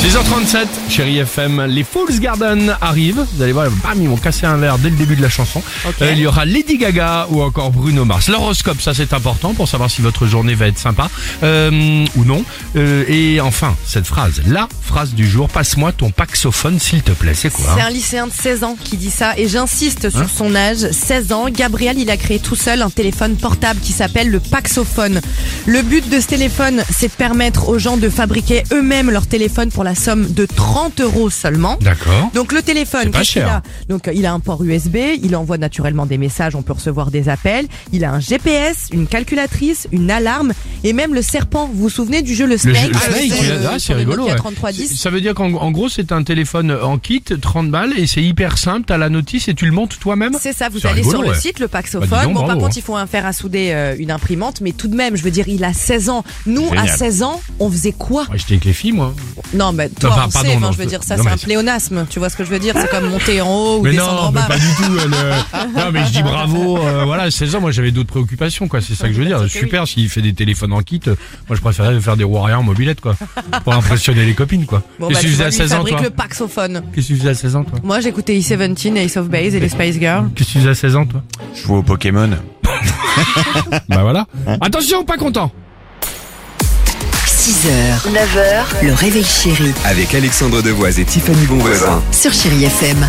6h37, chérie FM, les Fools Garden arrivent. Vous allez voir, bam, ils vont casser un verre dès le début de la chanson. Euh, il y aura Lady Gaga ou encore Bruno Mars. L'horoscope, ça c'est important pour savoir si votre journée va être sympa euh, ou non. Euh, et enfin, cette phrase, la phrase du jour, passe-moi ton paxophone s'il te plaît. C'est quoi C'est hein un lycéen de 16 ans qui dit ça et j'insiste sur son âge. 16 ans, Gabriel, il a créé tout seul un téléphone portable qui s'appelle le Paxophone. Le but de ce téléphone, c'est de permettre aux gens de fabriquer eux-mêmes leur téléphone pour la somme de 30 euros seulement. D'accord. Donc le téléphone, C'est pas qu'est-ce qu'il cher. a Donc euh, il a un port USB, il envoie naturellement des messages, on peut recevoir des appels, il a un GPS, une calculatrice, une alarme et même le serpent. Vous vous souvenez du jeu le Le Snake jeu- le Ah, Snake, euh, oui, là, sur c'est le rigolo. Nokia ouais. 3310. Ça veut dire qu'en en gros, c'est un téléphone en kit, 30 balles, et c'est hyper simple. T'as la notice et tu le montes toi-même. C'est ça, vous C'est allez rigolo, sur le ouais. site, le Paxophone. Bah, dis donc, bon, par bravo. contre, il faut un fer à souder, euh, une imprimante, mais tout de même, je veux dire, il a 16 ans. Nous, Génial. à 16 ans, on faisait quoi Ouais, J'étais avec les filles, moi. Non, mais toi, Enfin, on pardon, sait, enfin, non, je veux c'est- dire, ça, non, c'est mais un c'est- pléonasme. Tu vois ce que je veux dire C'est comme monter en haut ou Mais descendre non, en mais bas. pas du tout. elle, euh, non, mais je dis bravo. euh, voilà, 16 ans, moi j'avais d'autres préoccupations, quoi. C'est ça que je veux Bah, dire. Super, s'il fait des téléphones en kit, euh, moi je préférais faire des Warriors en mobilette, quoi. Pour impressionner les copines, quoi. Bon, Qu'est-ce bah, que tu tu vois, faisais à lui, il 16 ans, fabrique toi le Paxophone. Qu'est-ce que tu faisais à 16 ans, toi Moi, j'écoutais E17, Ace of Base et les Spice Girls. Qu'est-ce que tu faisais à 16 ans, toi Je joue au Pokémon. Bah voilà. Attention, pas content 6h, 9h, le réveil chéri Avec Alexandre Devoise et Tiffany Bonvoisin. sur Chérie FM.